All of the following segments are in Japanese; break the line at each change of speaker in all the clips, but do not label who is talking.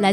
ラ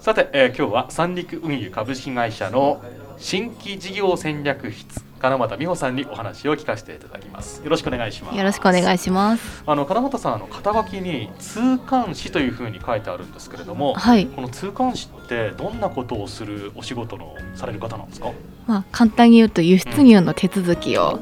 さて、えー今日は三陸運輸株式会社の新規事業戦略室金俣美穂さんにお話を聞かせていただきますよろしくお願いします
よろしくお願
い
いします。
あの金俣さんあの肩書きに通関士というふうに書いてあるんですけれども
はい、
この通関士ってどんなことをするお仕事のされる方なんですかや
まあ簡単に言うと輸出入の手続きを、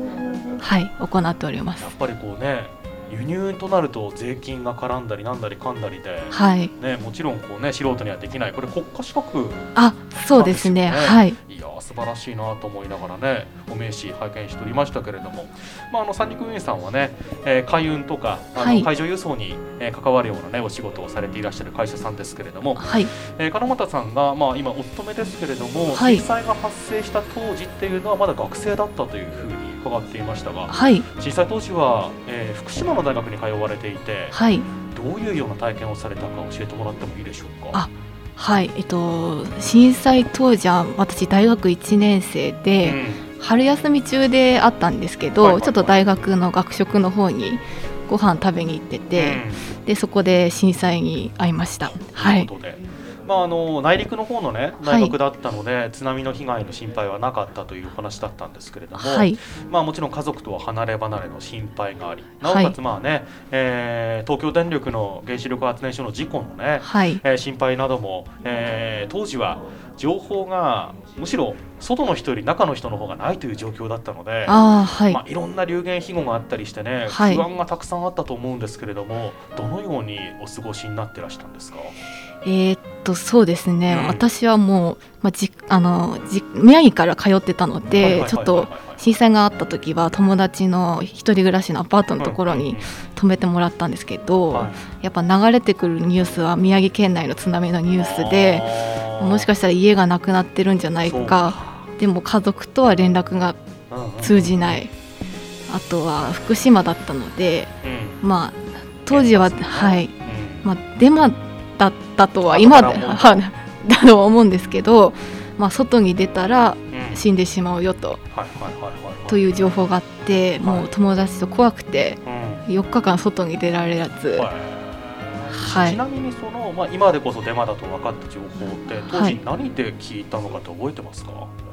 はい行っております
っ。ぱりこうね輸入となると税金が絡んだりなんだりかんだりで、
はい、
ね、もちろんこう、ね、素人にはできないこれ国家資格
あ、そうですね。
そうですよね
はい、
いやー素晴らしいなと思いながらねお名刺拝見しておりましたけれども、まあ、あの三陸運営さんはね、えー海運とかあの、
はい
海上輸送に、えー関わるような、ね、お仕事をされていらっしゃる会社さんですけれども、
はい、
えー金俣さんが、まあ、今お勤めですけれども、
はい
震災が発生した当時っていうのはまだ学生だったというふうに伺っていましたが
はい、
震災当時は、えー福島の大学に通われていて
はい、
どういうような体験をされたか教えてもらってもいいでしょうか。
あはい。えっと震災当時は私大学1年生
う
で、
ん
春休み中であったんですけ
はいはい
ど、
はい
ちょっと大学の学食の方にご飯食べに行ってて、でそこで震災に遭いました。
と
は
いう
い、
ことで、まあ、あの内陸の方のね大学だったので、津波の被害の心配はなかったというお話だったんですけれども、
はい、
まあ、もちろん家族とは離れ離れの心配がありなおかつまあ、ねえー東京電力の原子力発電所の事故のね、
はい、
えー心配なども、えー当時は情報がむしろ外の人より中の人の方がないという状況だったので。
ああはい
ま。あ、いろんな流言飛語があったりしてね、
はい
不安がたくさんあったと思うんですけれどもどのようにお過ごしになってらしたんですか、
えーっとそうですね、
うん
私はもう、まあ、じあのじ宮城から通ってたの
はいはいはい
で
はい
ちょっと震災があった時は友達の一人暮らしのアパートのところ
うん
に泊めてもらったんですけど、
はい
やっぱ流れてくるニュースは宮城県内の津波のニュースで
あー
もしかしたら家がなくなってるんじゃない
そう
かでも家族とは連絡が
うんうん
通じないあとは福島だったので
うん
まあ当時は、
原発ね
はい
うん
まあ、デマだったとは
後
今
から思
で
うと
はだとは思うんですけど、まあ、外に出たら
うんはい
死んでしまうよと
はいはいはいはい
という情報があってもう友達と怖くて
うん
4日間外に出られず、
は
はいい
ちなみにその、まあ、今でこそデマだと分かった情報って当
は
時
い
何で聞いたのかって覚えてますか、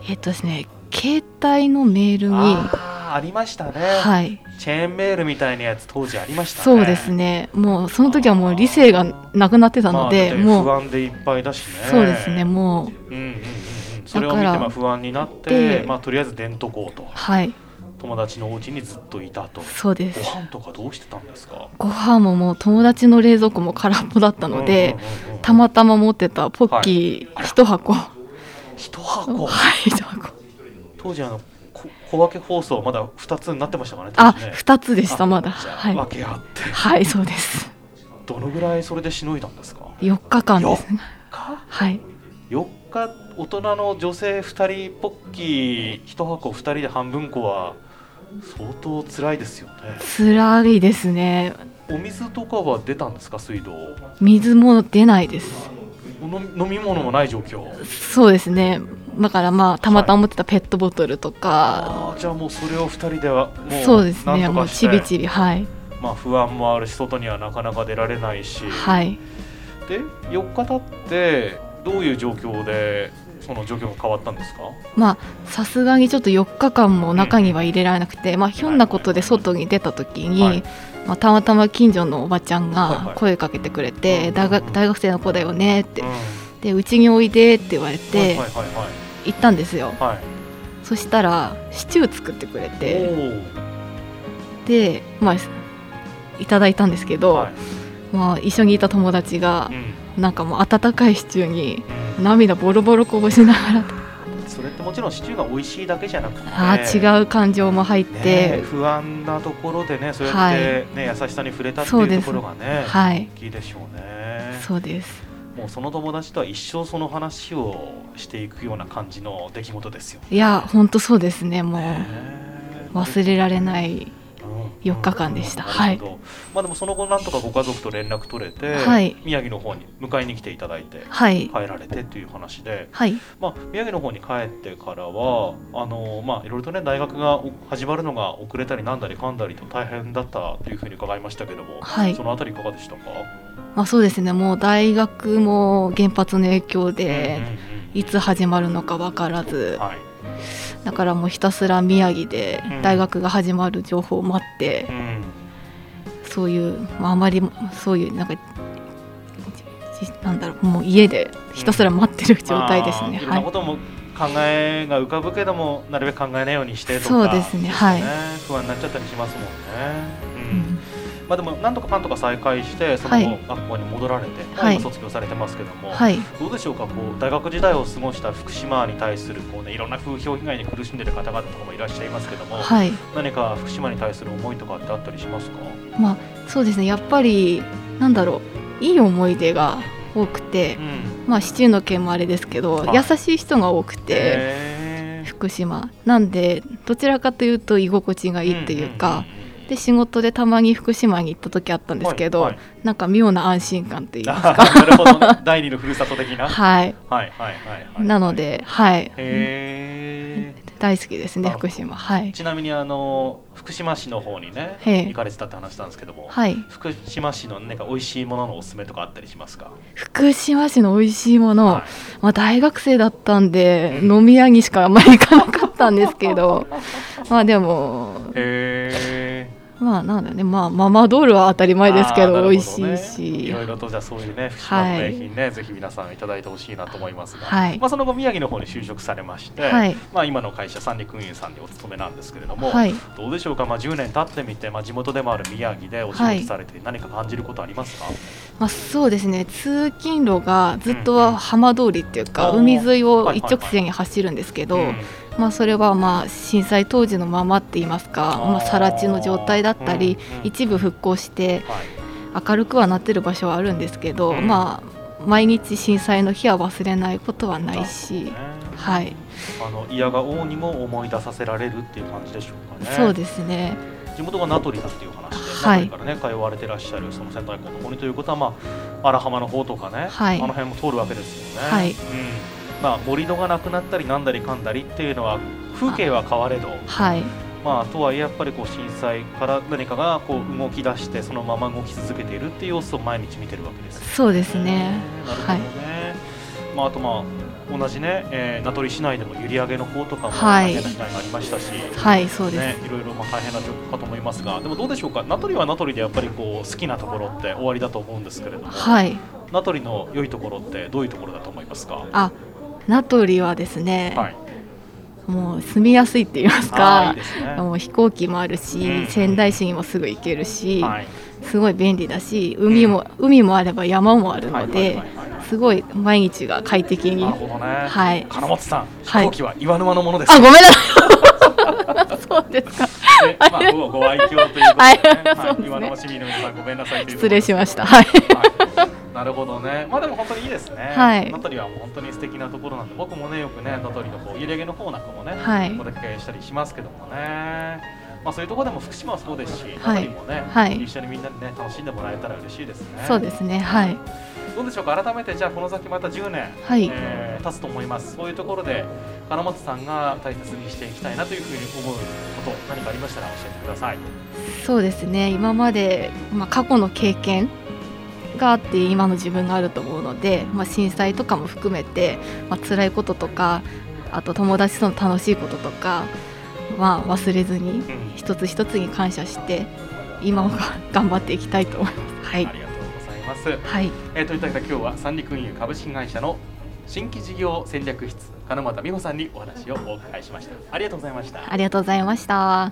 えっとですね携帯のメールに、は
あーありましたね、
い、
チェーンメールみたいなやつ当時ありましたね
そうですねもうその時はもう理性がなくなってた
ま
の
あ、だって
で、も
不
う
安でいっぱいだしね
そうですねもう
うんうんうんうんそれを見て
だから
まあ不安になって、
で
まあ、とりあえず出んとこうと
はい
友達のお家にずっといたと
そうで
ご
す
飯とかどうしてたんですか
ご飯ももう友達の冷蔵庫も空っぽだったので、
うんうんうん
たまたま持ってたポッキー一箱、は
一
い、
箱
一箱
当時あのこ小分け包装まだ二つになってましたからね
あ
当時ね
二つでした
あ
まだ
じゃあ
はい
分け合って
はいそうです
どのぐらいそれでしのいだんですか
四日間ですね
か
はい
4日大人の女性二人ポッキー一箱二人で半分こは相当辛いですよね
辛いですね
お水とかは出たんですか水道
水も出ないです
お飲み飲み物もない状況
そうですねだからまあたまたま持ってたペットボトルとか、
あーじゃあもうそれを二人ではもう
そうですね
なんと
も
か
う
して
ちびちびはい
まあ不安もあるし外にはなかなか出られないし
はい
で4日経ってどういう状況でその状況が変わったんですか
まあさすがにちょっと4日間も中には入れられなくて、まあ、ひょんなことで外に出た時に、
はい
まあ、たまたま近所のおばちゃ
は
ん
いは
が
い
声かけてくれて「
うん
大学大学生の子だよね」って
うん
「でうちにおいで」って言われて
はいはいはい
行ったんですよ、
はい、はい、
そしたらシチュー作ってくれて
お
でまあいただいたんですけ
お
ど、
はい
まあ、一緒にいた友達が
うん
なんかもう温かいシチューに
うん
涙ボロボロこぼしながら
それってもちろんシチューが美味しいだけじゃなくて
あー違う感情も入っ
ね
て、
不安なところでねそうや
は
っ
い
て、ね優しさに触れたって
そう
い
で
う
す
ところがね、
はい
大きいでしょうね
そうです
もうその友達とは一生その話をしていくような感じの出来事ですよ
いや本当そうですねも
ね
う忘れられない
うん
4日間でした
うんなるほどまあでもその後なんとかご家族と連絡取れて、
はい
宮城の方に迎えに来ていただいて
はい
帰られてという話で、
はい
まあ、宮城の方に帰ってからはあのまあいろいろとね大学がお始まるのが遅れたりなんだりかんだりと大変だったというふうに伺いましたけども、
はい
そのあたりいかがでしたか、
まあそうですねもう大学も原発の影響
うん
で
うんうん
いつ始まるのか分からず
はい
だからもうひたすら宮城で
うん
大学が始まる情報を待って
うん
そういう、まあ、あまりそういうなんかじじなんだろうもう家でひたすら待ってる状態です
まあ
ね、
いろん
は
ないことも考えが浮かぶけどもなるべく考えないようにしてとか
そうですねはい
不安になっちゃったりしますもんね、
う
うん
ん
まあ、でもなんとかパンとか再開してその
はい
後学校に戻られて、
はい
今卒業されてますけども、
はい
どうでしょうかこう大学時代を過ごした福島に対するこう、ね、いろんな風評被害に苦しんでる方々とかもいらっしゃいますけども、
はい
何か福島に対する思いとかってあったりしますか、
まあそうですねやっぱりなんだろういい思い出が多くて
う、ん
まあ、シチューの件もあれですけど、
はい
優しい人が多くて、
へー
福島なんでどちらかというと居心地がいいっていうか、
んんうんうん
で仕事でたまに福島に行った時あったんですけど、
はいはい
なんか妙な安心感といいます
あ
か
なるほどね 第二のふるさと的な。はいは
はい
いはいはい。
なの。ではい
へえ。
大好きですね
なるほど
福島はい
ちなみにあの福島市の方にね
へえ
行かれてたって話なんですけども、
はい
福島市のなんか美味しいもののおすすめとかあったりしますか。
福島市の美味しいもの、
は
まあ、大学生だったんで、
うん
飲み屋にしかあんまり行かなかったんですけ どまあでも
い、へえ。
まあなんだねまあママドールは当たり前ですけ
あーな
ど
るほ
美味
ね
しいし
いろいろとじゃあそういうね福島の名品ね、ぜひ皆さんいただいてほしいなと思いますが、
はい
まあその後宮城の方に就職されまして、
はい
まあ今の会社三陸運輸さんにお勤めなんですけれども、
はい
どうでしょうか、まあ、10年経ってみて、まあ、地元でもある宮城でお仕
は
事
い
されて、何か感じることありますか、
まあ、そうですね通勤路がずっと
うん
は浜通りっていうか、
あー
海沿いを
はい
一
はいはい
直線に走るんですけど、
うん
まあ、それはまあ震災当時のままって言いますか
あー
まあ、更地の状態だったり、
うんうん
一部復興して
はい
明るくはなってる場所はあるんですけど、
うん
まあ、毎日震災の日は忘れないことはないし、
なるほどね
はい、
あの嫌が王にも思い出させられるっていう感じでしょうかね。
そうですね
地元が名取だっていう話で、
は
名
い
取からね通われてらっしゃるその仙台港の方にということはまあ荒浜の方とかね、
はい
あの辺も通るわけですよね。
はい
うん。まあ盛り土がなくなったりなんだりかんだりっていうのは風景は変われど、
はい
まあとはいえやっぱりこう震災から何かがこう動き出してそのまま動き続けているっていう様子を毎日見てるわけですよね
そうですね
なるほど
は
ね
い。
まあ、あとまあ同じね、えー名取市内でも閖上の方とかも
は
大
い
変な被害がありましたし、
はいそうです、
ね、いろいろまあ大変な状況かと思いますがでもどうでしょうか名取は名取でやっぱりこう好きなところって終わりだと思うんですけれども、
はい
名取の良いところってどういうところだと思いますか
あ名取はですね、
はい、
もう住みやすいって言います
あーい
か
いですね。
もう飛行機もあるし、
うん
仙台市にもすぐ行けるし、
はい
すごい便利だし海も,、海もあれば山もあるので、
はいはいはいはい
すごい毎日が快適に
なる
あ
ほどね、
はい
金本さん、
はい
飛行機は岩沼のものです
ご
ね、
めんなさい そうですか
ねまあ、ごご愛嬌ということでね、
はい
は
そう
い、
ですね
岩沼市民の皆さんごめんなさいというとこ
失
ろで
礼
す
しましたはい
はいなるほどね。まあでも本当にいいですね。
はい
名取はもう本当に素敵なところなんで、僕もねよくね名取のこう閖上の方なんかもね、
はい
お出かけしたりしますけどもね。まあそういうところでも福島はそうですし、名
はい
取もね、
はい
一緒にみんなでね楽しんでもらえたら嬉しいですね。
そうですねはい
どうでしょうか。改めてじゃあこの先また10年、
はい
えー経つと思います。そういうところで金本さんが大切にしていきたいなというふうに思うこと何かありましたら教えてください。
そうですね今まで、まあ、過去の経験があって今の自分があると思うので、まあ、震災とかも含めて、まあ辛いこととかあと友達との楽しいこととか、まあ、忘れずに
うん
一つ一つに感謝して今をが頑張っていきたいと思います。はい
ありがとうございます。
はい、
えー、といただいた今日は三陸運輸株式会社の新規事業戦略室金俣美穂さんにお話をお伺いしましたありがとうございました
ありがとうございました。